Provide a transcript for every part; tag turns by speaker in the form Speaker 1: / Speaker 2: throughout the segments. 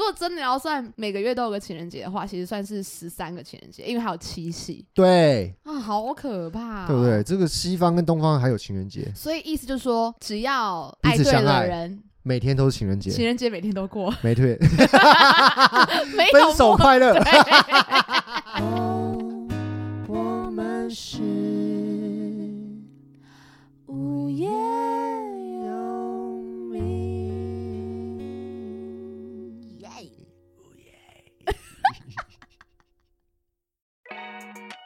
Speaker 1: 果真的要算每个月都有个情人节的话，其实算是十三个情人节，因为还有七夕
Speaker 2: 对，
Speaker 1: 啊，好可怕、
Speaker 2: 对不？对？这个西方跟东方还有情人节，
Speaker 1: 所以意思就是说，只要
Speaker 2: 彼
Speaker 1: 爱
Speaker 2: 此
Speaker 1: 对
Speaker 2: 相爱
Speaker 1: 了人，
Speaker 2: 每天都是情人
Speaker 1: 情
Speaker 2: 节，
Speaker 1: 人节哎每天都 过，
Speaker 2: 没退，
Speaker 1: 没有
Speaker 2: 分手
Speaker 1: 过
Speaker 2: 快乐。
Speaker 3: 我们是无业游民。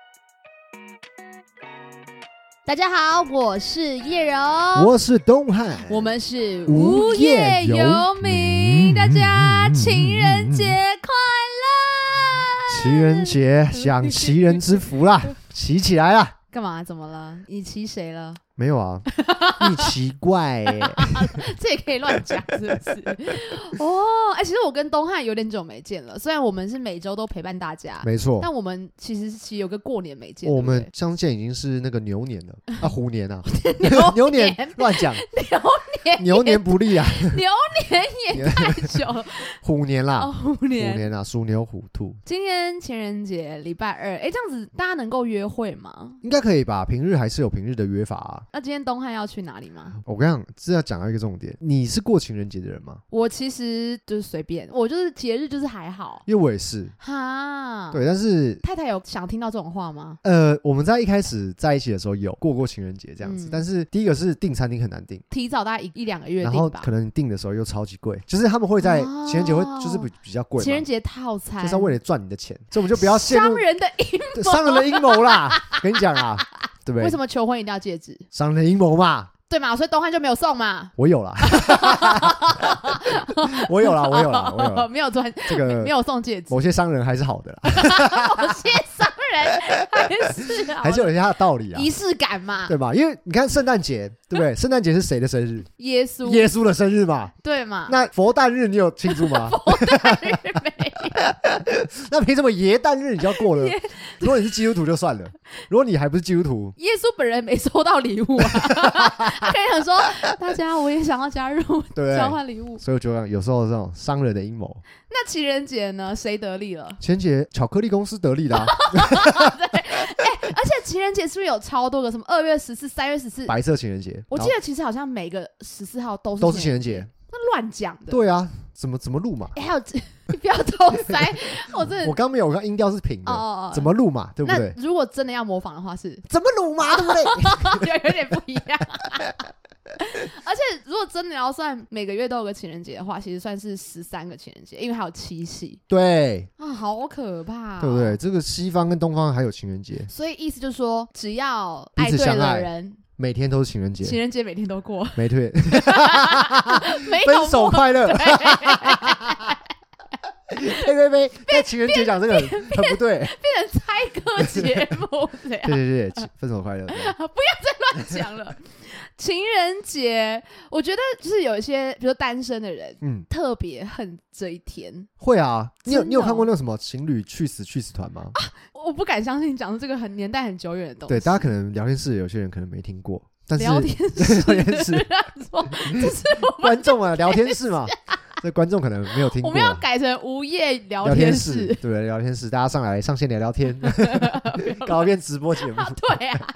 Speaker 1: 大家好，我是叶柔，
Speaker 2: 我是东汉，
Speaker 1: 我们是
Speaker 2: 无业游
Speaker 1: 游
Speaker 2: 民
Speaker 1: 民，大家
Speaker 2: 嗯
Speaker 1: 情人节
Speaker 2: 嗯
Speaker 1: 快乐！
Speaker 2: 情人节享齐人之 福啦，齐起来啦！
Speaker 1: 干嘛？怎么了？你骑谁了？
Speaker 2: 没有啊，你奇怪 耶、
Speaker 1: 这也可以乱讲，是 不是？哦，哎、其实我跟东汉有点久没见了，虽然我们是每周都陪伴大家，
Speaker 2: 没错，
Speaker 1: 但我们其实其实有个过年没见，
Speaker 2: 我
Speaker 1: 对
Speaker 2: 们
Speaker 1: 不
Speaker 2: 相见已经是那个牛年了，啊，虎年啊，
Speaker 1: 对 牛
Speaker 2: 牛
Speaker 1: 年
Speaker 2: 年乱讲，
Speaker 1: 年
Speaker 2: 牛年不利啊，
Speaker 1: 年也太久 了，
Speaker 2: 虎年啦，
Speaker 1: 哦，虎
Speaker 2: 虎
Speaker 1: 年。
Speaker 2: 年啊，鼠牛虎兔
Speaker 1: 今天情人节，礼拜二，哎、这样子大家能够约会吗？
Speaker 2: 应该可以吧？平日还是有平日的约法啊。
Speaker 1: 那今天东汉要去哪里吗？
Speaker 2: 我跟你讲，这要讲到一个重点，你是过情人节的人吗？
Speaker 1: 我其实就是随便，我就是节日就是还好，
Speaker 2: 因为我也是，
Speaker 1: 哈。，
Speaker 2: 对，但是
Speaker 1: 太太有想听到这种话吗？
Speaker 2: 呃，我们在一开始在一起的时候有过过情人节这样子，
Speaker 1: 嗯
Speaker 2: 但是第一个是订餐厅很难订。
Speaker 1: 提早大概一一两个月
Speaker 2: 然
Speaker 1: 定
Speaker 2: 后
Speaker 1: 吧
Speaker 2: 可。能订的时候又超级贵，就是他们会在情人节会就是比比较贵嘛，
Speaker 1: 哦情人节套餐
Speaker 2: 就是要为了赚你的钱，所以我们就不要陷
Speaker 1: 商
Speaker 2: 入
Speaker 1: 人的阴
Speaker 2: 对商人的阴谋啦。跟你讲啊，对不对？
Speaker 1: 为什么求婚一定要戒指？
Speaker 2: 商人的阴谋嘛？
Speaker 1: 对嘛，所以东汉就没有送嘛。
Speaker 2: 我有啦， 我有啦，啊我有啦，我有呃啦。
Speaker 1: 哦 没有钻，
Speaker 2: 这
Speaker 1: 没
Speaker 2: 个
Speaker 1: 有送戒指。
Speaker 2: 某些商人还是好的啦，
Speaker 1: 某些商人还是好
Speaker 2: 还 是有人家的道理啊
Speaker 1: 仪，式感嘛
Speaker 2: 对，吧？因为你看圣诞节，对不对？圣诞节是谁的生日？
Speaker 1: 耶稣
Speaker 2: 耶稣的生日嘛。
Speaker 1: 对嘛？
Speaker 2: 那佛诞日你有庆祝 吗？
Speaker 1: 日没
Speaker 2: 那凭什么耶诞日你就要 过了？如果你是基督徒就算了，如果你还不是基督徒，
Speaker 1: 耶稣本人没收到礼物 啊，他可以想说大家我也想要加入
Speaker 2: 对不
Speaker 1: 交
Speaker 2: 对？
Speaker 1: 换礼物。
Speaker 2: 所以我觉得有时候这种商人的阴谋，
Speaker 1: 那情人节呢？谁得利了？
Speaker 2: 情人节巧克力公司得利啊 啦、
Speaker 1: 而且情人节是不是有超多个什么二月十四、三月十四？
Speaker 2: 白色情人节，
Speaker 1: 我记
Speaker 2: 然
Speaker 1: 得其实好像每个十四号都
Speaker 2: 后
Speaker 1: 是
Speaker 2: 都是情人节，
Speaker 1: 那乱讲的。
Speaker 2: 对啊，怎么怎么录嘛？
Speaker 1: 哎还有 你不要偷塞，我真的
Speaker 2: 我刚没有，我刚音调是平
Speaker 1: 哦
Speaker 2: 的，
Speaker 1: 哦哦，
Speaker 2: 怎么录嘛？对不
Speaker 1: 那
Speaker 2: 对？
Speaker 1: 如果真的要模仿的话 是，
Speaker 2: 怎么录嘛？对不对？
Speaker 1: 有有点不一样。而且如果真的要算每个月都有个情人节的话，其实算是十三个情人节，因为还有七夕
Speaker 2: 对，
Speaker 1: 啊，好可怕、哦
Speaker 2: 对不对？？这个西方跟东方还有情人节，
Speaker 1: 所以意思就是说，只要
Speaker 2: 彼
Speaker 1: 爱
Speaker 2: 此
Speaker 1: 对
Speaker 2: 相爱
Speaker 1: 了人，
Speaker 2: 每天都是情人
Speaker 1: 情
Speaker 2: 节，
Speaker 1: 人节哎每天都 过，
Speaker 2: 没 退，
Speaker 1: 没有
Speaker 2: 分手
Speaker 1: 过
Speaker 2: 快乐。 呸 呸呸！在情人节讲这个很很不对。
Speaker 1: 变成猜歌节目这样
Speaker 2: 对。对对对，分手快乐。对
Speaker 1: 不要再乱讲了，情人节，我觉得就是有一些，比如说单身的人，
Speaker 2: 嗯，
Speaker 1: 特别恨这一天。
Speaker 2: 会啊。你有
Speaker 1: 真的
Speaker 2: 你有
Speaker 1: 哦啊
Speaker 2: 看过那个什么情侣去死去死团吗？
Speaker 1: 我不敢相信讲的这个很年代很久远的东西。
Speaker 2: 对，大家可能聊天室有些人可能没听过，但是
Speaker 1: 聊天
Speaker 2: 聊天
Speaker 1: 室
Speaker 2: 室，
Speaker 1: 说这是我们
Speaker 2: 观众啊，聊天 室嘛，这观众可能没有听
Speaker 1: 我
Speaker 2: 过
Speaker 1: 们要
Speaker 2: 啊。
Speaker 1: 改成无业聊
Speaker 2: 聊天室，
Speaker 1: 室
Speaker 2: 对，不对？聊天室，大家上来上线聊聊 天，搞一遍直播节目。
Speaker 1: 啊，对啊，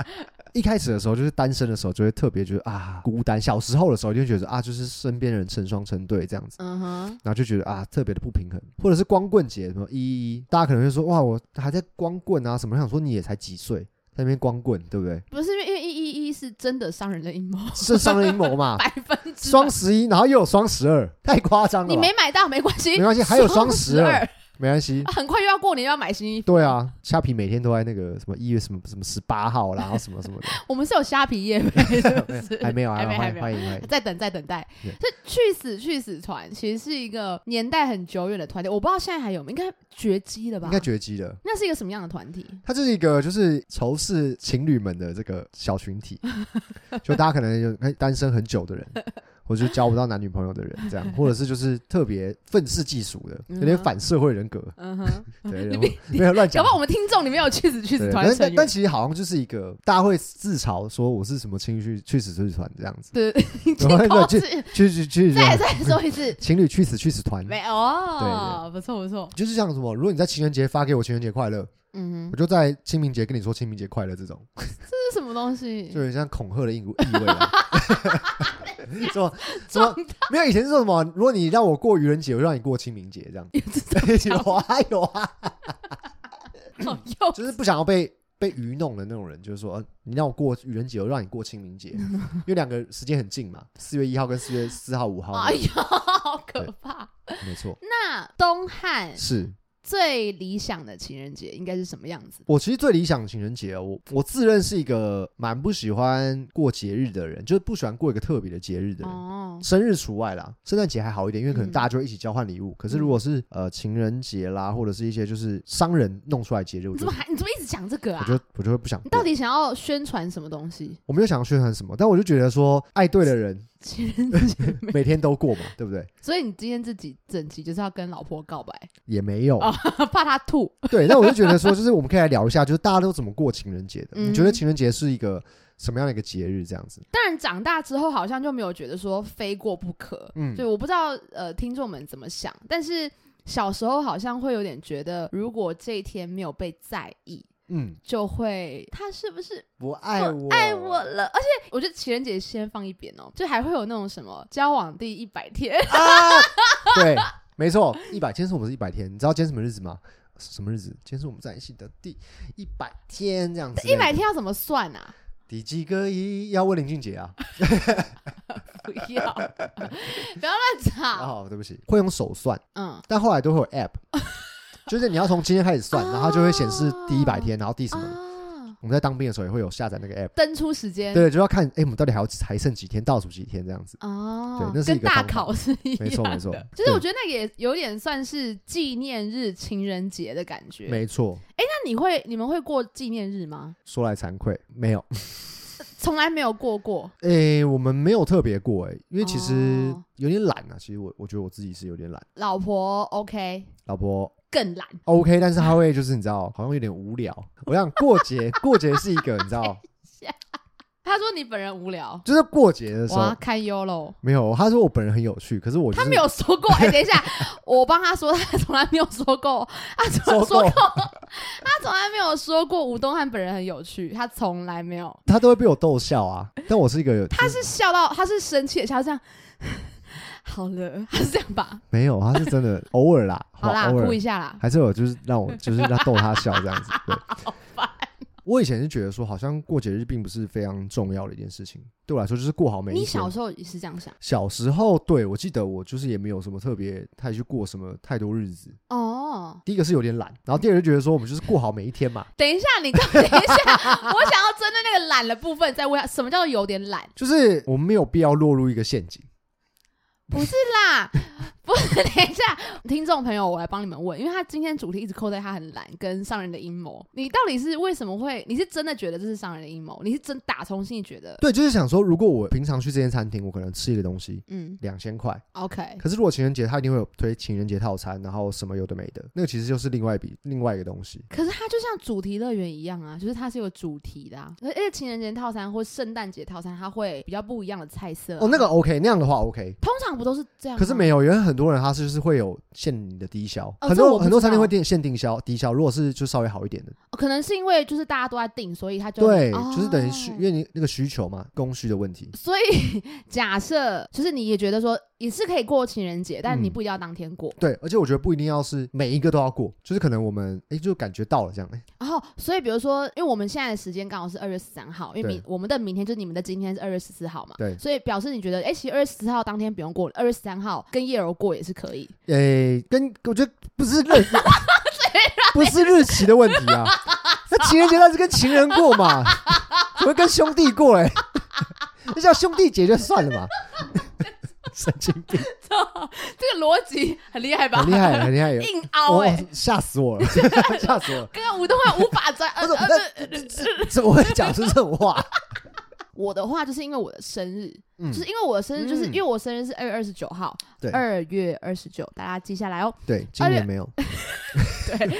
Speaker 2: 一开始的时候，就是单身的时候，就会特别觉得啊孤单。小时候的时候，就觉得啊，就是身边人成双成对这样子，
Speaker 1: 嗯哼，
Speaker 2: 然后就觉得啊特别的不平衡。或者是光棍节什么一一，大家可能会说哇，我还在光棍啊什么？想说你也才几岁，在那边光棍，对不 对？
Speaker 1: 不是因为因为一一一是真的商人的阴谋，
Speaker 2: 是商人阴谋嘛？
Speaker 1: 百分之
Speaker 2: 啊双十一，然后又有双十二，太夸张了
Speaker 1: 你
Speaker 2: 吧。
Speaker 1: 没买到没关系，
Speaker 2: 没关系还有双
Speaker 1: 十
Speaker 2: 十二
Speaker 1: 二，
Speaker 2: 没关系，
Speaker 1: 很快又要过年又要买新衣服，
Speaker 2: 对啊，虾皮每天都在那个什么一月什么什么十八号啦，然后什么什么的，
Speaker 1: 我们是有虾皮业配，是不 是
Speaker 2: 还没有，
Speaker 1: 还没
Speaker 2: 没，欢
Speaker 1: 还
Speaker 2: 迎
Speaker 1: 没
Speaker 2: 欢迎欢迎，
Speaker 1: 再等，再等待。
Speaker 2: 对
Speaker 1: 这去死去死团其实是一个年代很久远的团体，我不知道现在还有没有，应该绝迹了吧？
Speaker 2: 应该绝迹了。
Speaker 1: 那是一个什么样的团体？
Speaker 2: 它就是一个就是仇视 情侣们的这个小群体，就大家可能有单身很久的人，或者就交不到男女朋友的人，这样，或者是就是特别愤世嫉俗的，有
Speaker 1: 嗯
Speaker 2: 点
Speaker 1: 哼
Speaker 2: 反社会人格，
Speaker 1: 嗯哼，
Speaker 2: 对，
Speaker 1: 你
Speaker 2: 然后
Speaker 1: 别
Speaker 2: 没有乱
Speaker 1: 搞
Speaker 2: 讲
Speaker 1: 不。好我们听众里面有去死去
Speaker 2: 对
Speaker 1: 死团的
Speaker 2: 但
Speaker 1: 成
Speaker 2: 但但
Speaker 1: 员，
Speaker 2: 其实好像就是一个大家会自嘲说我是什么情绪去死去死团这样子，
Speaker 1: 对，你去
Speaker 2: 我们
Speaker 1: 口
Speaker 2: 去
Speaker 1: 子，
Speaker 2: 去去去
Speaker 1: 再再说一 次，
Speaker 2: 情侣去死去死团，
Speaker 1: 没哦，不错不错，
Speaker 2: 就是像什么，如果你在情人节发给我情人节快乐，
Speaker 1: 嗯
Speaker 2: 我
Speaker 1: 哼，
Speaker 2: 就在清明节跟你说清明节快乐这种，
Speaker 1: 这是什么东西
Speaker 2: 就？有点像恐吓的意意味啊。 说什
Speaker 1: 撞
Speaker 2: 么没有以前是说什么？如果你让我过愚人节，我就让你过清明节这样。有啊有啊，
Speaker 1: 到又
Speaker 2: 就是不想要被被愚弄的那种人，就是说、呃你让我过愚人节，我就让你过清明节，因为两个时间很近嘛，四月一号跟四月四号五号嘛，
Speaker 1: 哎呦，好可怕！
Speaker 2: 没错，
Speaker 1: 那东汉
Speaker 2: 是。
Speaker 1: 最理想的情人节应该是什么样子？
Speaker 2: 我其实最理想的情人节、哦，我我自认是一个蛮不喜欢过节日的人，就是不喜欢过一个特别的节日的人。
Speaker 1: 哦，
Speaker 2: 生日除外啦，圣诞节还好一点，因为可能
Speaker 1: 嗯
Speaker 2: 大家就会一起交换礼物。可
Speaker 1: 嗯
Speaker 2: 是如果是呃情人节啦，或者是一些就是商人弄出来的节日，我
Speaker 1: 你怎
Speaker 2: 就
Speaker 1: 么还你怎么一直讲这个
Speaker 2: 我
Speaker 1: 啊？
Speaker 2: 就我就会不想过。
Speaker 1: 你到底想要宣传什么东西？
Speaker 2: 我没有想要宣传什么，但我就觉得说爱对 的人
Speaker 1: 情人节没，
Speaker 2: 每天都过嘛，对不对？
Speaker 1: 所以你今天自己整集就是要跟老婆告白，
Speaker 2: 也没有、
Speaker 1: 哦怕她吐。
Speaker 2: 对，那我就觉得说，就是我们可以来聊一下，就是大家都怎么过情人节的？
Speaker 1: 嗯
Speaker 2: 你觉得情人节是一个什么样的一个节日？这样子，
Speaker 1: 当然，长大之后好像就没有觉得说非过不可。
Speaker 2: 嗯
Speaker 1: 对，我不知道呃听众们怎么想，但是小时候好像会有点觉得，如果这一天没有被在意，
Speaker 2: 嗯，
Speaker 1: 就会他是不是哦
Speaker 2: 我爱我
Speaker 1: 爱我了？而且我觉得情人节先放一边哦，就还会有那种什么交往第一百天，
Speaker 2: 啊！ 对，没错，一百天是我们是一百天，你知道今天什么日子吗？什么日子？今天是我们在一起的第一百天，这样子。
Speaker 1: 一百天要怎么算啊？
Speaker 2: 第几个一？要问林俊杰啊？
Speaker 1: 不要， 不要乱吵。
Speaker 2: 哦，对不起，会用手算，
Speaker 1: 嗯，
Speaker 2: 但后来都会有 app，就是你要从今天开始算，然后它就会显示第一百天，然后第什么。
Speaker 1: 啊，
Speaker 2: 我们在当兵的时候也会有下载那个 app，
Speaker 1: 登出时间。
Speaker 2: 对，就要看，哎、我们到底还有还剩几天，倒数几天这样子。
Speaker 1: 哦
Speaker 2: 对，那是一
Speaker 1: 跟
Speaker 2: 个
Speaker 1: 大
Speaker 2: 方法
Speaker 1: 考是一样的，
Speaker 2: 没错，没错，
Speaker 1: 就是我
Speaker 2: 对
Speaker 1: 觉得那个也有点算是纪念日、情人节的感觉。
Speaker 2: 没错。
Speaker 1: 那你会、你们会过纪念日吗？
Speaker 2: 说来惭愧，没有，
Speaker 1: 从来没有过过。
Speaker 2: 诶、我们没有特别过、诶，因为其实
Speaker 1: 哦
Speaker 2: 有点懒啊。其实我我觉得我自己是有点懒，
Speaker 1: 老婆 OK，
Speaker 2: 老婆
Speaker 1: 更懒。
Speaker 2: OK，但是她会就是你知道，好像有点无聊。 我想过节，过节是一个你知 道，
Speaker 1: 哎他说你本人无聊，
Speaker 2: 就是过节的时
Speaker 1: 哇，
Speaker 2: 候
Speaker 1: 看优喽。
Speaker 2: 没有，她说我本人很有趣，可是我、就是、
Speaker 1: 他没有说过，哎、等一 下，我帮他说，他从来没有说过，他从来
Speaker 2: 说
Speaker 1: 说
Speaker 2: 过
Speaker 1: 过，他从来没有说过吴东汉本人很有趣，他从来没有，
Speaker 2: 她都会被我逗笑啊。但我是一 个，
Speaker 1: 他是笑到，他是生气的笑，他这样， 好了，他是这样吧？
Speaker 2: 没有，她是 真的偶尔啦，
Speaker 1: 好啦，
Speaker 2: 偶尔
Speaker 1: 哭一下啦，
Speaker 2: 还是有就是 让我就是让逗她笑这样子。对，我以前是觉得说，好像过节日并不是非常重要的一件事情，对我来说就是过好每一天。
Speaker 1: 你小时候也是这样想
Speaker 2: 小时候，对我记得我就是也没有什么特别太去过什么太多日子。
Speaker 1: 哦？
Speaker 2: 第一个是有点懒，然后第二个就觉得说我们就是过好每一 天嘛，
Speaker 1: 等一下， 你到等一下，我想要针对那个懒的部分再问一下，什么叫做有点懒？
Speaker 2: 就是我们没有必要落入一个陷阱。
Speaker 1: 不是啦，不是，等一下，听众朋友，我来帮你们问，因为他今天主题一直扣在他很懒跟商人的阴谋，你到底是为什么会？你是真的觉得这是商人的阴谋？你是真打从心里觉得？
Speaker 2: 对，就是想说，如果我平常去这间餐厅，我可能吃一个东西
Speaker 1: 嗯
Speaker 2: 两千块，
Speaker 1: ，OK，
Speaker 2: 可是如果情人节，他一定会有推情人节套餐，然后什么有的没的，那个其实就是另外一笔另外一个东西。
Speaker 1: 可是它就像主题乐园一样啊，就是它是有主题的、啊，而而且情人节套餐或圣诞节套餐，它会比较不一样的菜色啊、
Speaker 2: 哦，那个 OK，那样的话 OK，
Speaker 1: 通常不都是这样吗？
Speaker 2: 可是没有，因为很多人他是就是会有限你的低消，
Speaker 1: 哦
Speaker 2: 很
Speaker 1: 这我不
Speaker 2: 多
Speaker 1: 知
Speaker 2: 很多餐厅
Speaker 1: 道
Speaker 2: 会定限定消低消，如果是就稍微好一点的，
Speaker 1: 哦可能是因为就是大家都在订，所以它就
Speaker 2: 对，
Speaker 1: 哦
Speaker 2: 就是等于需，因为你那个需求嘛，供需的问题，
Speaker 1: 所以假设就是你也觉得说也是可以过情人节，
Speaker 2: 嗯
Speaker 1: 但你不一定要当天过。
Speaker 2: 对，而且我觉得不一定要是每一个都要过，就是可能我们哎就感觉到了这样，哎
Speaker 1: 然后，所以比如说，因为我们现在的时间刚好是二月十三号，因为
Speaker 2: 对
Speaker 1: 明我们的明天就是你们的今天是二月十四号嘛，
Speaker 2: 对
Speaker 1: 所以表示你觉得，哎、其实二月十四号当天不用过，二月十三号跟叶柔过也是可以。
Speaker 2: 哎，跟我觉得不是日，不是日期的问题 啊，那情人节那是跟情人过嘛，怎么跟兄弟过哎？ 那叫兄弟节就 算了嘛，神经
Speaker 1: 这
Speaker 2: 病，
Speaker 1: 个逻辑很厉害吧？
Speaker 2: 很厉害，很厉害，
Speaker 1: 硬凹
Speaker 2: 哦
Speaker 1: 哎、，
Speaker 2: 吓死我了，吓死我了！
Speaker 1: 刚刚吴东汉无法钻，呃
Speaker 2: 不是
Speaker 1: 呃
Speaker 2: 那怎么会讲出这种话？
Speaker 1: 我的话就是因为我的生日，
Speaker 2: 嗯
Speaker 1: 就是因为我的生日，就是
Speaker 2: 嗯
Speaker 1: 因为我生日是二月二十九号，
Speaker 2: 对
Speaker 1: 二月二十九，大家记下来哦。
Speaker 2: 对，今
Speaker 1: 而且
Speaker 2: 年没有，
Speaker 1: 就是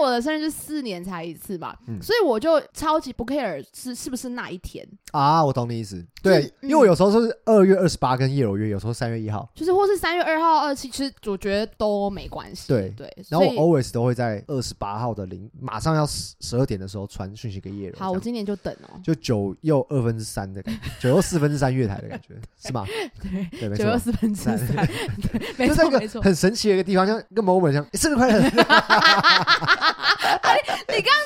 Speaker 1: 我的生日是四年才一次嘛，
Speaker 2: 嗯
Speaker 1: 所以我就超级不 care 是是不是那一天，
Speaker 2: 啊，我懂你意思。
Speaker 1: 就是嗯
Speaker 2: 对，因为我有时候是二月二十八跟叶柔约，有时候三月一号，
Speaker 1: 就是或是三月二号、二七，其实我觉得都没关系。
Speaker 2: 对
Speaker 1: 对，
Speaker 2: 然后
Speaker 1: 所以
Speaker 2: 我 always 都会在二十八号的零马上要十十二点的时候传讯息给叶柔。
Speaker 1: 好，
Speaker 2: 这
Speaker 1: 我
Speaker 2: 样
Speaker 1: 今年就等哦，
Speaker 2: 就九又二分之三的感 觉，九又四分之三月台的感觉，是吗？ 对，没
Speaker 1: 九又
Speaker 2: 错。
Speaker 1: 四分之三， 对 没
Speaker 2: 就在
Speaker 1: 错
Speaker 2: 一个
Speaker 1: 没错。
Speaker 2: 很神奇的一个地方，像一个 moment，像诶生日 快乐，
Speaker 1: 你刚刚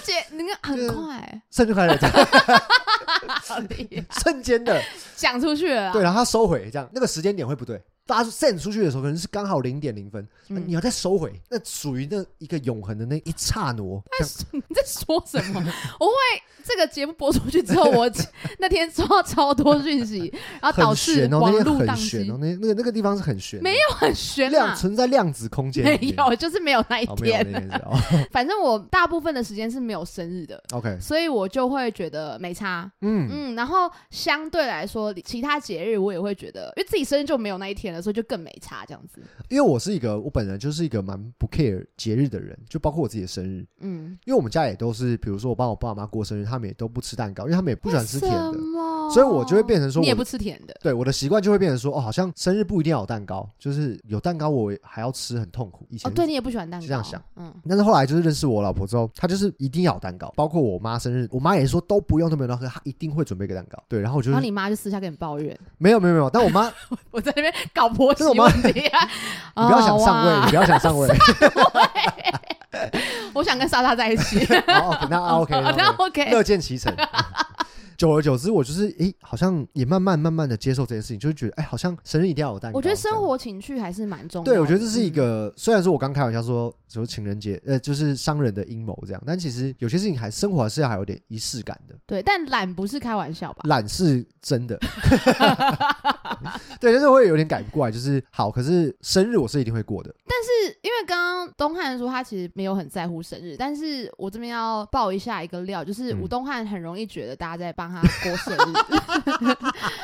Speaker 1: 姐，你看
Speaker 2: 就是
Speaker 1: 很快，
Speaker 2: 生日快乐，这样
Speaker 1: 好厉害
Speaker 2: 瞬间的，
Speaker 1: 讲出去了啦。
Speaker 2: 对，然后他收回，这样那个时间点会不对。大家 send 出去的时候，可能是刚好零点零分，那
Speaker 1: 嗯
Speaker 2: 你要再收回，那属于那一个永恒的那一刹那。哦这样
Speaker 1: 你在说什么？ 我会这个节目播出去之后，我 那天收到超多讯 息，然后导
Speaker 2: 很
Speaker 1: 致
Speaker 2: 悬哦，
Speaker 1: 网
Speaker 2: 那
Speaker 1: 络
Speaker 2: 个
Speaker 1: 宕
Speaker 2: 很
Speaker 1: 机
Speaker 2: 悬，哦，那那个那个地方是很悬的，
Speaker 1: 没有很悬
Speaker 2: 量
Speaker 1: 啊，
Speaker 2: 存在量子空间
Speaker 1: 没
Speaker 2: 里面，
Speaker 1: 有，就是没有那一
Speaker 2: 哦没有
Speaker 1: 天。
Speaker 2: 那天是哦
Speaker 1: 反正我大部分的时间是没有生日的，
Speaker 2: ，OK，
Speaker 1: 所以我就会觉得没差。
Speaker 2: 嗯，
Speaker 1: 嗯，然后相对来说，其他节日我也会觉得，因为自己生日就没有那一天了，所以就更没差这样子。
Speaker 2: 因为我是一个我本人就是一个蛮不 care 节日的人，就包括我自己的生日，
Speaker 1: 嗯，
Speaker 2: 因为我们家也都是，比如说我帮我爸妈过生日，他们也都不吃蛋糕，因为他们也不喜欢吃甜
Speaker 1: 为
Speaker 2: 的
Speaker 1: 什，么
Speaker 2: 所以我就会变成说
Speaker 1: 哦你也
Speaker 2: 我
Speaker 1: 不
Speaker 2: 的。
Speaker 1: 吃甜的，
Speaker 2: 对我的习惯就会变成说，哦，好像生日不一定要有蛋糕，就是有蛋糕我还要吃，很痛苦。以
Speaker 1: 哦，
Speaker 2: 前
Speaker 1: 对你也不喜欢蛋糕，
Speaker 2: 是这样想，
Speaker 1: 嗯，
Speaker 2: 但是后来就是认识我老婆之后，她就是一定要有蛋糕，包括我妈生日，我妈也说都不用都没有蛋糕，她一定会准备一个蛋糕。对，然后我就
Speaker 1: 然
Speaker 2: 是
Speaker 1: 后你妈就私下跟你抱 怨，
Speaker 2: 没有没有没有，但我妈你
Speaker 1: 我在那边搞婆媳
Speaker 2: 这是我妈
Speaker 1: 问题啊，
Speaker 2: 不要想上
Speaker 1: 哦
Speaker 2: 位，你不要想上位。
Speaker 1: 哇我想跟莎莎在一 起，
Speaker 2: 好，那 啊 OK，那 OK
Speaker 1: 那 OK，
Speaker 2: 乐见其成。久而久之，我就是诶，好像也慢慢慢慢的接受这件事情，就是觉得哎，好像生日一定要有蛋糕。
Speaker 1: 我觉得
Speaker 2: 这样
Speaker 1: 生活情趣还是蛮重要的。
Speaker 2: 对，我觉得这是一
Speaker 1: 嗯
Speaker 2: 个，虽然说我刚开玩笑说什么情人节，呃，就是商人的阴谋这样，但其实有些事情还生活还是还有点仪式感的，
Speaker 1: 对，但懒不是开玩笑吧？
Speaker 2: 懒是真的。对，但是我也有点改不过来，就是好，可是生日我是一定会过的，
Speaker 1: 是因为刚刚东汉说他其实没有很在乎生日，但是我这边要爆一下一个料，就是
Speaker 2: 嗯
Speaker 1: 吴东汉很容易觉得大家在帮他过生日。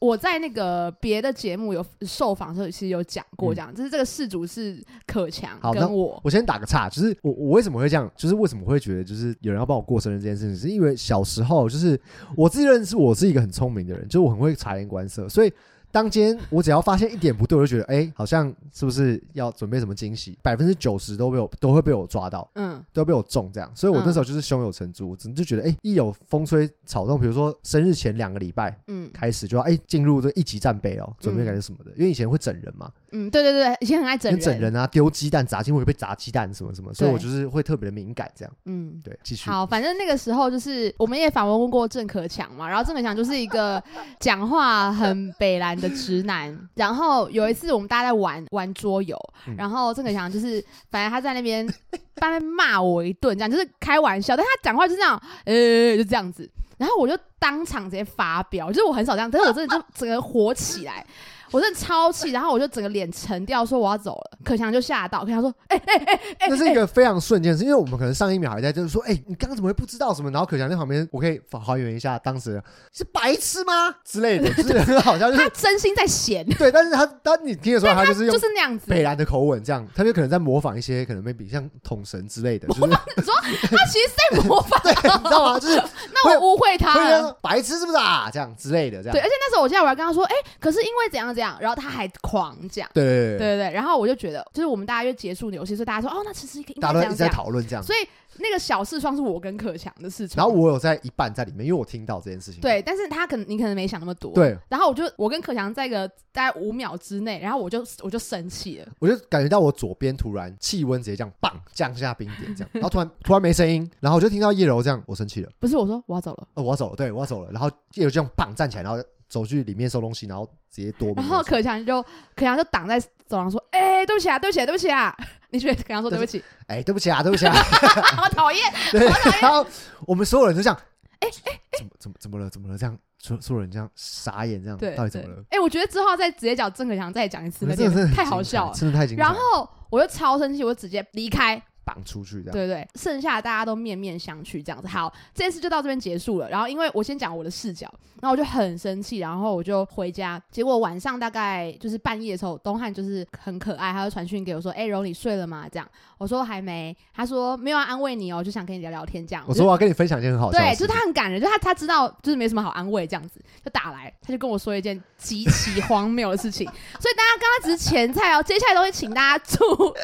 Speaker 1: 我在那个别的节目有受访的时候，其实有讲过这样，就是这个事主是可强
Speaker 2: 嗯好那
Speaker 1: 跟我，
Speaker 2: 我先打个岔，就是我我为什么会这样，就是为什么会觉得就是有人要帮我过生日这件事情，是因为小时候就是我自己认识我是一个很聪明的人，就是我很会察言观色，所以。当今天我只要发现一点不对，我就觉得哎、好像是不是要准备什么惊喜？百分之九十都被我都会被我抓到，
Speaker 1: 嗯，
Speaker 2: 都被我中这样，所以我
Speaker 1: 嗯
Speaker 2: 那时候就是胸有成竹，我真就觉得哎、一有风吹草动，比如说生日前两个礼拜
Speaker 1: 嗯
Speaker 2: 开始就要哎进、入这一级战备哦，准备
Speaker 1: 嗯
Speaker 2: 感觉什么的，因为以前会整人嘛，
Speaker 1: 嗯，对对对，以前很爱整
Speaker 2: 跟
Speaker 1: 人，
Speaker 2: 整人啊，丢鸡蛋砸进，我被砸鸡蛋什么什么，所以
Speaker 1: 对
Speaker 2: 我就是会特别的敏感，这样
Speaker 1: 嗯，
Speaker 2: 对，继续。
Speaker 1: 好，反正那个时候就是我们也访问过郑可强嘛，然后郑可强就是一个讲话很北蓝的直男。然后有一次我们大家在玩玩桌游，
Speaker 2: 嗯
Speaker 1: 然后郑可强就是反正他在那边在那边骂我一顿，这样就是开玩笑，但他讲话就是这样，呃，就这样子。然后我就当场直接发飙，就是我很少这样，但是我真的就整个火起来，我真的超气，然后我就整个脸沉掉，说我要走了。可强就吓到，可强说：“哎哎哎哎，
Speaker 2: 那是一个非常瞬间的事，因为我们可能上一秒还在就是说，哎、你刚刚怎么会不知道什么？然后可强在旁边，我可以还原一下当时是白痴吗之类的，就是很好笑，就
Speaker 1: 哎他
Speaker 2: 是
Speaker 1: 真心在嫌。”
Speaker 2: 对。但是他当你听的时啊候，他就是用
Speaker 1: 就是那样子，
Speaker 2: 北兰的口吻这样，他就可能在模仿一些可能 maybe 像桶神之类的， 就是你
Speaker 1: 他其实在模仿，
Speaker 2: 知道吗？就是
Speaker 1: 那我误会他
Speaker 2: 会
Speaker 1: 了。
Speaker 2: 让白痴是不是啊？这样之类的，这样
Speaker 1: 对，而且那时候我记得我还跟他说，哎、可是因为怎样怎样，然后他还狂讲，
Speaker 2: 对对对
Speaker 1: 对
Speaker 2: 对，
Speaker 1: 对对，然后我就觉得，就是我们大家就结束游戏，所以大家说，哦，那其实应该
Speaker 2: 大家
Speaker 1: 这
Speaker 2: 都一
Speaker 1: 样
Speaker 2: 直
Speaker 1: 这
Speaker 2: 在
Speaker 1: 样，
Speaker 2: 讨论这样。
Speaker 1: 所以那个小视窗是我跟可强的事情，
Speaker 2: 然后我有在一半在里面，因为我听到这件事情。
Speaker 1: 对，但是他可能你可能没想那么多，。
Speaker 2: 对，
Speaker 1: 然后我就我跟可强在一个大概五秒之内，然后我就我就生气了，
Speaker 2: 我就感觉到我左边突然气温直接这样棒降下冰点，这样，然后突然突然没声音，然后我就听到叶柔这样，我生气了，
Speaker 1: 不是我说我要走了，
Speaker 2: 哦，我要走了，对我要走了，然后叶柔这样棒站起来，然后走去里面收东西，然后直接夺
Speaker 1: 然
Speaker 2: 门。
Speaker 1: 后可强就可强就挡在走廊说，哎、对不起啊，对不起、啊，对不起啊，你觉得可强说对不起，
Speaker 2: 哎、对不起啊，对不起啊，
Speaker 1: 好讨厌，
Speaker 2: 对，然后我们所有人就这样，哎哎，怎么怎么怎么了，怎么了，这样，所所有人这样傻眼，这样，
Speaker 1: 对，
Speaker 2: 到底
Speaker 1: 对
Speaker 2: 怎么了？
Speaker 1: 哎、我觉得之后再直接找郑可强再讲一次，那
Speaker 2: 我们真的
Speaker 1: 点
Speaker 2: 是
Speaker 1: 太好笑了。
Speaker 2: 真的太精彩。
Speaker 1: 然后我就超生气，我直接离开，
Speaker 2: 绑出去这样。
Speaker 1: 对对，剩下大家都面面相觑这样子。好，这次就到这边结束了。然后因为我先讲我的视角，然后我就很生气，然后我就回家。结果晚上大概就是半夜的时候，东汉就是很可爱，他就传讯给我说：“哎、柔，你睡了吗？”这样，我说还没。他说没有要安慰你哦，就想跟你聊聊天这样。
Speaker 2: 我
Speaker 1: 就
Speaker 2: 说我要跟你分享一件很好笑的
Speaker 1: 对，就
Speaker 2: 事
Speaker 1: 是
Speaker 2: 情，
Speaker 1: 他很感人，就他他知道就是没什么好安慰这样子，就打来，他就跟我说一件极其荒谬的事情，所以大家刚刚只是前菜哦，接下来东西请大家注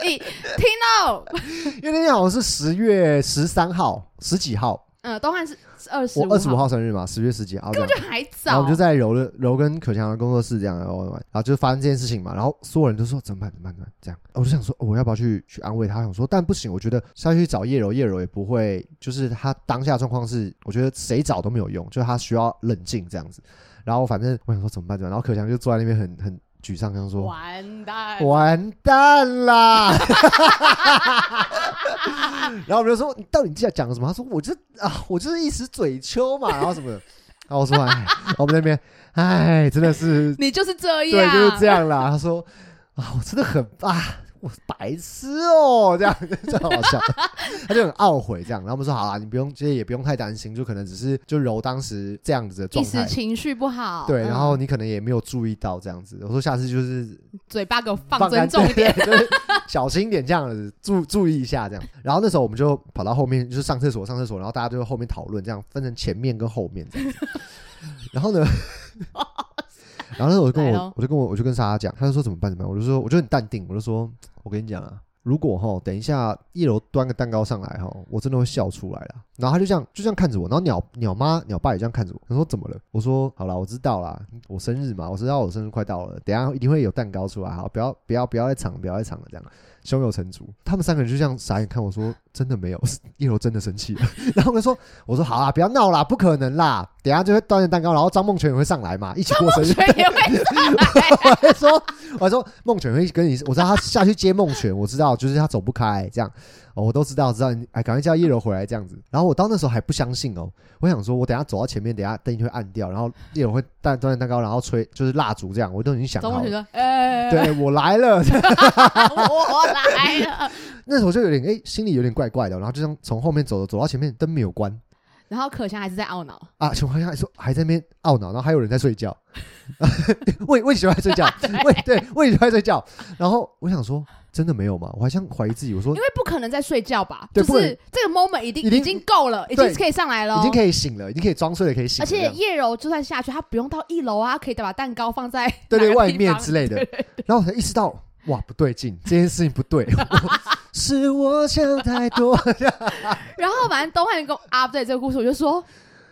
Speaker 1: 意听 哦。
Speaker 2: 因为那天好像是十月十三号、十几号，
Speaker 1: 嗯，东汉是二十
Speaker 2: 我
Speaker 1: 五
Speaker 2: 二十五，号生日嘛，十月十几号这样。
Speaker 1: 就还
Speaker 2: 然后
Speaker 1: 早，
Speaker 2: 我们就在柔的柔跟可强的工作室这样玩玩玩，然后就发生这件事情嘛，然后所有人都说怎么办怎么办怎么办这样，我就想说、哦我要不要去去安慰他，想说但不行，我觉得下去找叶柔，叶柔也不会，就是他当下状况是，我觉得谁找都没有用，就是他需要冷静这样子。然后反正我想说怎么办怎么办，然后可强就坐在那边很很沮丧，这样说
Speaker 1: 完蛋，
Speaker 2: 完蛋啦！ 然后我们就说你到底在讲什么？他说我就啊，我就是一时嘴秋嘛，然后什么的。然后我说哎，然后我们那边哎，真的是
Speaker 1: 你就是这
Speaker 2: 对，
Speaker 1: 样，
Speaker 2: 就是这。样啦。他说啊，我真的很啊，我白痴哦、这样这样好笑。他就很懊悔这样，然后我们说好啦，你不用，其实也不用太担心，就可能只是就柔当时这样子的
Speaker 1: 一
Speaker 2: 状
Speaker 1: 时
Speaker 2: 态。
Speaker 1: 情绪不好，
Speaker 2: 对，
Speaker 1: 嗯
Speaker 2: 然后你可能也没有注意到这样子。我说下次就是
Speaker 1: 嗯嘴巴给我放
Speaker 2: 放
Speaker 1: 尊
Speaker 2: 干
Speaker 1: 重一 点，，
Speaker 2: 对就是小心一点这样子，注注意一下这样。然后那时候我们就跑到后面，就是上厕所上厕所，然后大家就后面讨论，这样分成前面跟后面这样子。然后呢，然后那时候我就跟
Speaker 1: 来
Speaker 2: 我
Speaker 1: 咯
Speaker 2: 我就跟我我就跟莎莎讲，她就说怎么办怎么办，我就说我就很淡定，我就说我跟你讲啊。如果哈，等一下一楼端个蛋糕上来哈，我真的会笑出来啦。然后他就这样就这样看着我，然后鸟鸟妈鸟爸也这样看着我，他说怎么了？我说好啦，我知道啦，我生日嘛，我知道我生日快到了，等一下一定会有蛋糕出来，好，不要不要不要再抢了，不要再抢了，这样胸有成竹。他们三个人就这样傻眼看我说，真的没有，一楼真的生气了。 然后我就说我说好啦，不要闹啦，不可能啦，等一下就会端着蛋糕，然后张梦泉也会上来嘛，一起过生日。
Speaker 1: 所以也会
Speaker 2: 我还说，我还说梦犬会跟你，我知道他下去接梦犬，我知道就是他走不开这样，哦，我都知道，知道你，哎，赶快叫叶柔回来这样子。然后我到那时候还不相信哦，我想说，我等一下走到前面，等一下灯一定会暗掉，然后叶柔会端端着蛋糕，然后吹就是蜡烛这样，我都已经想
Speaker 1: 总
Speaker 2: 好
Speaker 1: 统觉
Speaker 2: 了。
Speaker 1: 得，呃，啊
Speaker 2: 对我来了，
Speaker 1: 我来了。
Speaker 2: 那时候就有点哎、心里有点怪怪的，然后就这样从后面走走到前面，灯没有关
Speaker 1: 然后可香还是在懊恼，
Speaker 2: 啊，熊好像还说还在那边懊恼，然后还有人在睡觉， 为为什么在睡觉？ 为对为什么在睡觉？然后我想说，真的没有吗？我还想怀疑自己，我说
Speaker 1: 因为不可能在睡觉吧？
Speaker 2: 对
Speaker 1: 就
Speaker 2: 不可能
Speaker 1: 是这个 moment 已经
Speaker 2: 已经
Speaker 1: 已经够了，已
Speaker 2: 对
Speaker 1: 经可以上来了哦，
Speaker 2: 已经可以醒了，已经可以装睡了，可以醒
Speaker 1: 而
Speaker 2: 了这
Speaker 1: 且
Speaker 2: 样，
Speaker 1: 叶柔就算下去，她不用到一楼啊，可以把蛋糕放 在
Speaker 2: 对对
Speaker 1: 哪个
Speaker 2: 外
Speaker 1: 地
Speaker 2: 面
Speaker 1: 方
Speaker 2: 之类的。然后我才意识到，哇，不对劲，这件事情不对， 我是我想太多。
Speaker 1: 然后反正东汉跟我 update 这个故事，我就说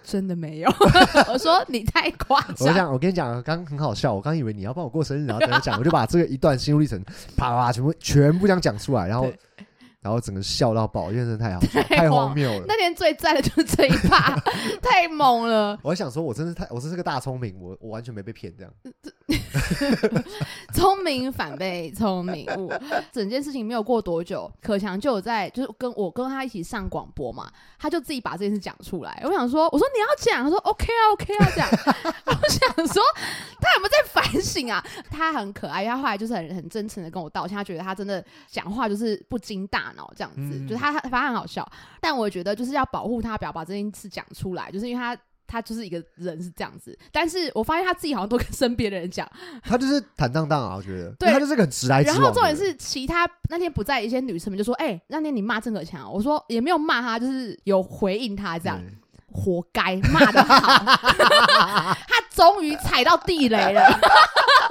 Speaker 1: 真的没有， 我说你太夸
Speaker 2: 我
Speaker 1: 张。
Speaker 2: 想，我跟你讲，刚刚很好笑，我刚以为你要帮我过生日，然后等我讲，我就把这个一段心路历程啪啪全部全部这样讲出来，然后
Speaker 1: 对
Speaker 2: 然后整个笑到爆，因为真的太好笑，
Speaker 1: 太
Speaker 2: 太
Speaker 1: 荒
Speaker 2: 荒谬了。
Speaker 1: 那天最赞的就是这一 趴，太猛了！
Speaker 2: 我还想说，我真是太，我真是个大聪明，我我完全没被骗这样。
Speaker 1: 聪明反被聪明误。整件事情没有过多久，可强就有在，就是跟我跟他一起上广播嘛，他就自己把这件事讲出来。我想说，我说你要讲，他说 OK 啊，OK 啊，这样。我想说，他有没有在反省啊？他很可爱，因为他后来就是很很真诚的跟我道歉，他觉得他真的讲话就是不经大脑这样子，
Speaker 2: 嗯
Speaker 1: 就是他他反正很好笑。但我觉得就是要保护他，不要把这件事讲出来，就是因为他。他就是一个人是这样子，但是我发现他自己好像都跟身边的人讲，
Speaker 2: 他就是坦荡荡啊，我觉得，
Speaker 1: 对
Speaker 2: 因为他就是个很直来直
Speaker 1: 然
Speaker 2: 往的
Speaker 1: 后
Speaker 2: 人。
Speaker 1: 重点是，其他那天不在一些女生们就说：“哎、那天你骂郑可强哦、我说：“也没有骂他，就是有回应他这样，
Speaker 2: 对
Speaker 1: 活该骂的 好。”他终于踩到地雷了，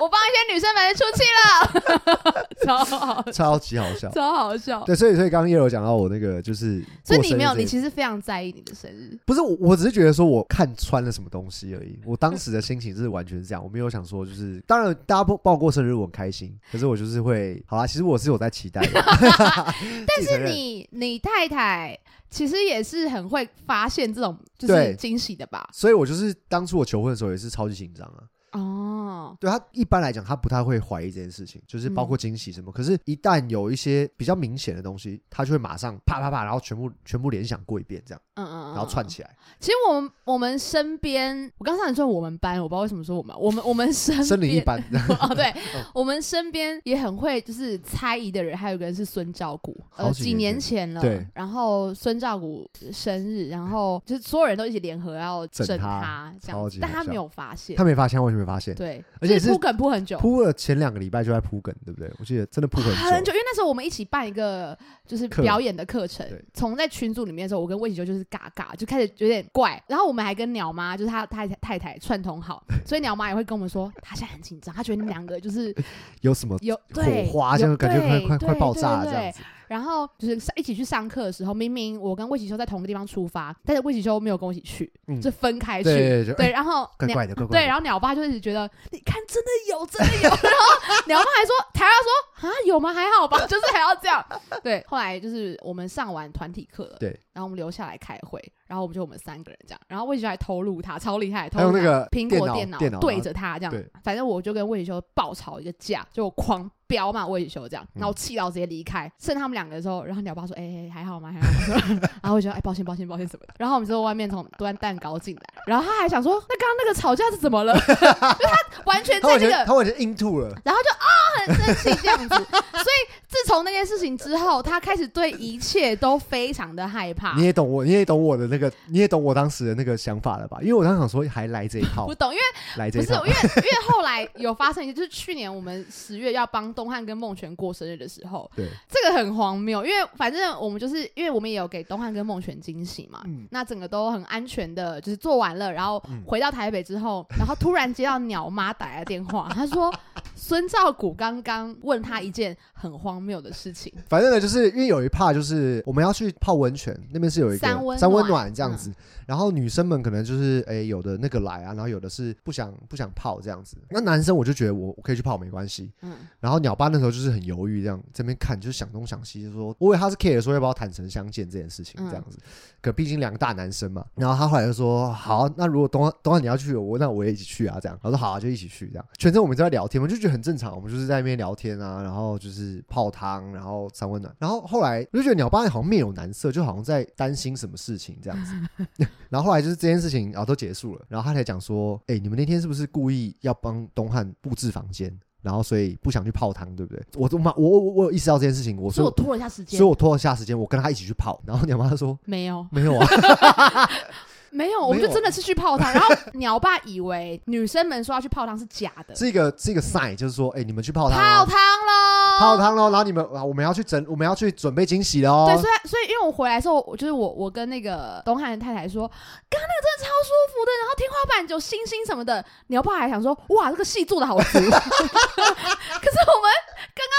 Speaker 1: 我帮一些女生们出气了， 超好，
Speaker 2: 超级好 笑。
Speaker 1: 超好笑。
Speaker 2: 对，所以所以刚刚叶柔讲到我那个就是
Speaker 1: 所
Speaker 2: 过生日这件，
Speaker 1: 以你没有，你其实非常在意你的生日。
Speaker 2: 不是我，我只是觉得说我看穿了什么东西而已。我当时的心情是完全是这样，我没有想说就是，当然大家帮帮我过生日我很开心，可是我就是会，好啦，其实我是有在期待的， 但
Speaker 1: 但是你你太太其实也是很会发现这种就
Speaker 2: 对
Speaker 1: 是惊喜的吧？
Speaker 2: 所以我就是当初我求婚的时候也是超级紧张啊，
Speaker 1: 哦，
Speaker 2: 对他一般来讲，他不太会怀疑这件事情，就是包括惊喜什么。可是，一旦有一些比较明显的东西，他就会马上啪啪啪，然后全部全部联想过一遍，这样，
Speaker 1: 嗯嗯，嗯
Speaker 2: 然后串。起来。
Speaker 1: 其实我们我们身边，我刚才你说我们班，我不知道为什么说我们，我们我们身
Speaker 2: 森林一
Speaker 1: 边。
Speaker 2: 般， 嗯
Speaker 1: 哦，对，我们身边也很会就是猜疑的人，还有一个人是孙照谷，呃，
Speaker 2: 好几
Speaker 1: 几
Speaker 2: 年
Speaker 1: 年前了。
Speaker 2: 对。
Speaker 1: 然后孙照谷生日，然后就是所有人都一起联合要
Speaker 2: 整
Speaker 1: 整
Speaker 2: 他
Speaker 1: 这
Speaker 2: 超
Speaker 1: 样子
Speaker 2: 级，
Speaker 1: 但
Speaker 2: 好
Speaker 1: 他
Speaker 2: 笑
Speaker 1: 没有发现
Speaker 2: 他。没发现，我也没发现。
Speaker 1: 对，哦
Speaker 2: 而且
Speaker 1: 就是铺梗铺很久，
Speaker 2: 铺了前两个礼拜就在铺梗，对不对？我记得真的铺很久。
Speaker 1: 很久，因为那时候我们一起办一个就是
Speaker 2: 课
Speaker 1: 表演的课程
Speaker 2: 对，
Speaker 1: 从在群组里面的时候，我跟魏喜修就是嘎嘎，就开始有点怪。然后我们还跟鸟妈，就是她太太太太串通 好，所以鸟妈也会跟我们说，她现在很紧张，她觉得你们两个就是
Speaker 2: 有什么
Speaker 1: 有对
Speaker 2: 哎火花，这
Speaker 1: 有
Speaker 2: 样感觉快
Speaker 1: 对
Speaker 2: 快
Speaker 1: 对
Speaker 2: 快爆炸了
Speaker 1: 对
Speaker 2: 这
Speaker 1: 对
Speaker 2: 样子。
Speaker 1: 然后就是上一起去上课的时候，明明我跟魏启修在同个地方出发，但是魏启修没有跟我一起去，
Speaker 2: 嗯
Speaker 1: 就分开去。
Speaker 2: 对，就
Speaker 1: 对，
Speaker 2: 哎
Speaker 1: 然后
Speaker 2: 怪
Speaker 1: 鸟
Speaker 2: 怪的，怪怪
Speaker 1: 对，
Speaker 2: 的。
Speaker 1: 然后鸟爸就一直觉得，你看真的有，真的有。 然后鸟爸还说，台要说啊有吗？还好吧，就是还要这样。对，后来就是我们上完团体课了，
Speaker 2: 对，
Speaker 1: 然后我们留下来开会，然后我们就我们三个人这样，然后魏学还偷录他，超厉害，偷
Speaker 2: 还有
Speaker 1: 录
Speaker 2: 那
Speaker 1: 他
Speaker 2: 个
Speaker 1: 苹
Speaker 2: 呃电
Speaker 1: 果
Speaker 2: 脑
Speaker 1: 脑
Speaker 2: 电脑啊
Speaker 1: 对
Speaker 2: 然后
Speaker 1: 着他这样
Speaker 2: 对，
Speaker 1: 反正我就跟魏宇修爆吵一个架，就我狂飙骂魏宇修这样，
Speaker 2: 嗯
Speaker 1: 然后我气到直接离开，剩他们两个的时候，然后鸟爸说：“哎、哎还好吗？还好吗？” 然后我就说：“哎、抱歉，抱歉，抱歉什么的。”然后我们就外面从端蛋糕进来，然后他还想说：“那刚刚那个吵架是怎么了？” 就他完全在
Speaker 2: 他
Speaker 1: 那
Speaker 2: 完全
Speaker 1: 个
Speaker 2: 他完全 into 了，
Speaker 1: 然后就啊、很生气这样子。所以自从那件事情之后，他开始对一切都非常的害怕
Speaker 2: 你。也懂我，你也懂我的那个，你也懂我当时的那个想法了吧？因为我当时想说还来 这一套
Speaker 1: 不，懂，因为
Speaker 2: 来这
Speaker 1: 不
Speaker 2: 一
Speaker 1: 是因
Speaker 2: 套
Speaker 1: 为，因为后来有发生一件，就是去年我们十月要帮东汉跟孟璇过生日的时候，
Speaker 2: 对，
Speaker 1: 这个很荒谬，因为反正我们就是因为我们也有给东汉跟孟璇惊喜嘛，
Speaker 2: 嗯
Speaker 1: 那整个都很安全的，就是做完了，然后
Speaker 2: 嗯
Speaker 1: 回到台北之后，然后突然接到鸟妈打来的电 话，她说孙兆谷刚刚问他一件很荒谬的事情，
Speaker 2: 反正呢，就是因为有一趴就是我们要去泡温泉，那边是有一个
Speaker 1: 三温暖
Speaker 2: 温
Speaker 1: 嗯
Speaker 2: 暖这样子，然后女生们可能就是哎、有的那个来啊，然后有的是不想不想泡这样子。那男生我就觉得我我可以去泡没关系，
Speaker 1: 嗯，
Speaker 2: 然后鸟爸那时候就是很犹豫这样，这边看就是想东想西，就说我以为他是 care 说要不要坦诚相见这件事情
Speaker 1: 嗯
Speaker 2: 这样子，可毕竟两个大男生嘛。然后他后来就说好，啊那如果东汉东汉你要去，我那我也一起去啊这样。我说好、啊，就一起去这样。全程我们都在聊天，我就觉得很正常，我们就是在那边聊天啊，然后就是泡汤，然后三温暖。然后后来我就觉得鸟爸好像面有难色，就好像在担心什么事情这样子。然后后来就是这件事情啊都结束了，然后他才讲说，哎、你们那天是不是故意要帮东汉布置房间？然后所以不想去泡汤，对不对？我都妈，我我我我有意识到这件事情，我
Speaker 1: 所
Speaker 2: 所
Speaker 1: 以
Speaker 2: 以
Speaker 1: 我
Speaker 2: 我
Speaker 1: 拖了一下时间
Speaker 2: 所以，我拖了下时间，我跟他一起去泡。然后你妈说
Speaker 1: 没有，
Speaker 2: 没有啊，
Speaker 1: 没有，我们就真的是去泡汤，然后鸟爸以为女生们说要去泡汤是假的，
Speaker 2: 是一个是一个 sign，就是说，哎、你们去泡汤
Speaker 1: 泡
Speaker 2: 哦，
Speaker 1: 汤喽，
Speaker 2: 泡汤喽，然后你们啊，我们要去整，我们要去准备惊喜哦喽
Speaker 1: 对，。所以所以因为我回来的时候，我就是我我跟那个东汉的太太说，刚刚那个真的超舒服的，然后天花板有星星什么的。鸟爸还想说，哇，这个戏做的好足。 可是我们刚刚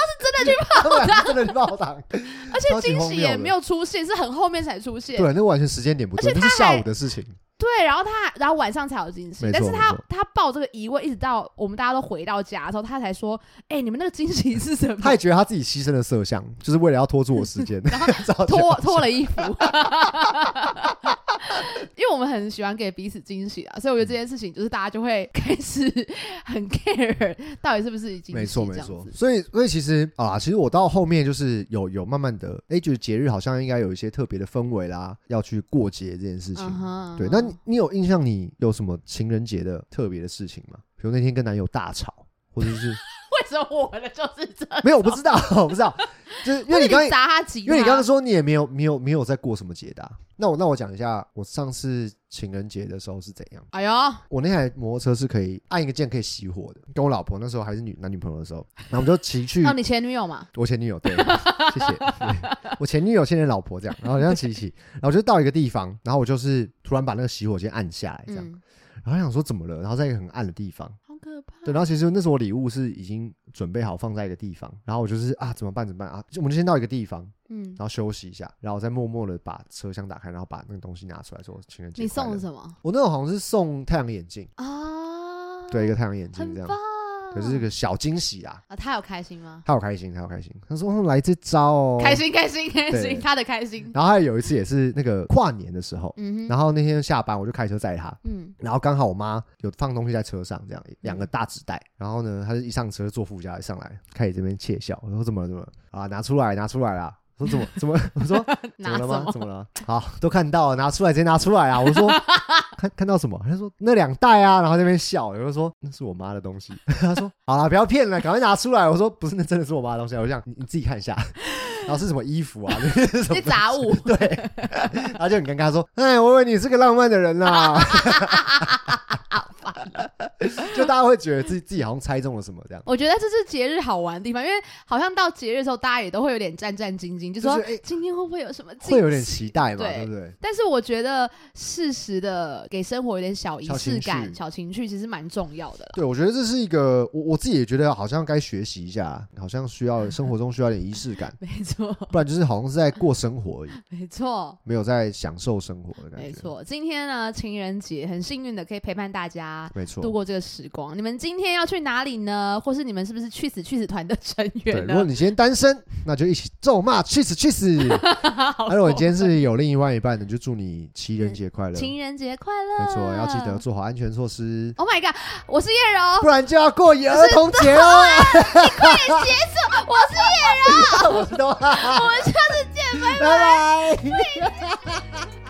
Speaker 1: 是真的去
Speaker 2: 他们俩真的去泡 汤，
Speaker 1: 泡，而且惊喜也没
Speaker 2: 有。
Speaker 1: 有出现，是很后面才出现。
Speaker 2: 对，那个完全时间点不对，
Speaker 1: 而且
Speaker 2: 那
Speaker 1: 他
Speaker 2: 是下
Speaker 1: 还
Speaker 2: 午的事情。
Speaker 1: 对然后他然后晚上才有惊喜
Speaker 2: 没，错
Speaker 1: 但是他
Speaker 2: 没错
Speaker 1: 他抱这个疑问，一直到我们大家都回到家的时候，他才说，哎、你们那个惊喜是什
Speaker 2: 他
Speaker 1: 么
Speaker 2: 也？觉得他自己牺牲了色相，就是为了要拖住我时间，
Speaker 1: 然 后
Speaker 2: 超级
Speaker 1: 脱
Speaker 2: 好笑
Speaker 1: 脱了衣服， 因为我们很喜欢给彼此惊喜啊，所以我觉得这件事情就是大家就会开始很 care 到底是不是已经
Speaker 2: 没错没错，所以所以其实啊，其实我到后面就是有有慢慢的，哎、觉得节日好像应该有一些特别的氛围啦，要去过节这件事情。
Speaker 1: 嗯哼
Speaker 2: 对
Speaker 1: 嗯，
Speaker 2: 那
Speaker 1: 哼
Speaker 2: 你你有印象你有什么情人节的特别的事情吗？比如那天跟男友大吵，或者 是
Speaker 1: 为什么我的就是这样？
Speaker 2: 没有，我不知道，我不知道，就是因为你刚
Speaker 1: 或者
Speaker 2: 才
Speaker 1: 你砸他几，
Speaker 2: 因为你刚刚说你也没有没有没有在过什么节的啊、那我那我讲一下，我上次情人节的时候是怎样。
Speaker 1: 哎呦，啊
Speaker 2: 我那台摩托车是可以按一个键可以熄火的，跟我老婆那时候还是女男女朋友的时候，然后我们就 骑去
Speaker 1: 你前女友嘛，
Speaker 2: 我前女友，对，谢谢。对我前女友，现在老婆这样，然后这样骑一骑，然后就到一个地方，然后我就是突然把那个熄火键按下哎来，这样，
Speaker 1: 嗯，
Speaker 2: 然后想说怎么了，然后在一个很暗的地方，
Speaker 1: 好可怕，
Speaker 2: 对，然后其实那时候我礼物是已经准备好放在一个地方，然后我就是啊怎么办怎么办啊，就我们就先到一个地方，
Speaker 1: 嗯
Speaker 2: 然，后休息一下，然后我再默默的把车厢打开，然后把那个东西拿出来说情人节
Speaker 1: 你送
Speaker 2: 快
Speaker 1: 了
Speaker 2: 乐
Speaker 1: 什么
Speaker 2: 我那时候好像是送太阳眼镜，
Speaker 1: 啊？
Speaker 2: 对，一个太阳眼镜
Speaker 1: 很
Speaker 2: 这样
Speaker 1: 棒。
Speaker 2: 可是这个小惊喜啊，
Speaker 1: 啊，他有开心吗？
Speaker 2: 他好开心，他好开心。他说哦来这招哦，
Speaker 1: 开。心，开心，开
Speaker 2: 对
Speaker 1: 心，他的开心。
Speaker 2: 然后还有一次也是那个跨年的时候，
Speaker 1: 嗯哼，
Speaker 2: 然后那天下班我就开车载他，
Speaker 1: 嗯，
Speaker 2: 然后刚好我妈有放东西在车上，这样两个大纸袋。然后呢，她就一上车坐副驾一上来，开始这边窃笑。我说怎么了怎么了啊？拿出来拿出来啦！我说怎么怎么？我 说怎
Speaker 1: 拿什
Speaker 2: 么了吗？
Speaker 1: 么？
Speaker 2: 怎么了？好，都看到了，拿出来，直接拿出来 啊！我说看看到什么？他说那两袋啊，然后在那边笑，有人说那是我妈的东西。 他说好啦，不要骗了，赶快拿出来。我说不是，那真的是我妈的东西啊。我想你你自己看一下， 然后是什么衣服啊？ 那是什么
Speaker 1: 是？杂物，
Speaker 2: 对，然后就很尴尬说，哎，我以为你是个浪漫的人啦、
Speaker 1: 哦
Speaker 2: 就大家会觉得自己自己好像猜中了什么这样。
Speaker 1: 我觉得这是节日好玩的地方，因为好像到节日的时候，大家也都会有点战战兢兢，就说
Speaker 2: 就是哎
Speaker 1: 今天会不会有什么惊喜
Speaker 2: 会有点期待嘛，
Speaker 1: 对
Speaker 2: 对不对？
Speaker 1: 但是我觉得适时的给生活有点小仪
Speaker 2: 小
Speaker 1: 式
Speaker 2: 情
Speaker 1: 感、
Speaker 2: 趣
Speaker 1: 小情趣，其实蛮重要的啦。
Speaker 2: 对，我觉得这是一个，我我自己也觉得好像该学习一下，好像需要生活中需要点仪 式感，
Speaker 1: 没错，
Speaker 2: 不然就是好像是在过生活而已，
Speaker 1: 没错。
Speaker 2: 没有在享受生活的感觉。
Speaker 1: 没，错，今天呢，情人节很幸运的可以陪伴大家
Speaker 2: 没
Speaker 1: 度
Speaker 2: 错。
Speaker 1: 过这个时光。你们今天要去哪里呢？或是你们是不是去死去死团的成
Speaker 2: 对，
Speaker 1: 员
Speaker 2: 如果
Speaker 1: 呢？
Speaker 2: 你今天单身，那就一起咒骂，去死去死！
Speaker 1: 好
Speaker 2: 那如果你今天是有另外一半的，就祝你情人节快乐。
Speaker 1: 情人节快乐！
Speaker 2: 没错，要记得。做好安全措施，
Speaker 1: Oh my god！我是叶柔，
Speaker 2: 不然就要过儿童节哦。
Speaker 1: 我是叶柔，
Speaker 2: 我知道，
Speaker 1: 我们下次见，拜拜。
Speaker 2: 拜拜。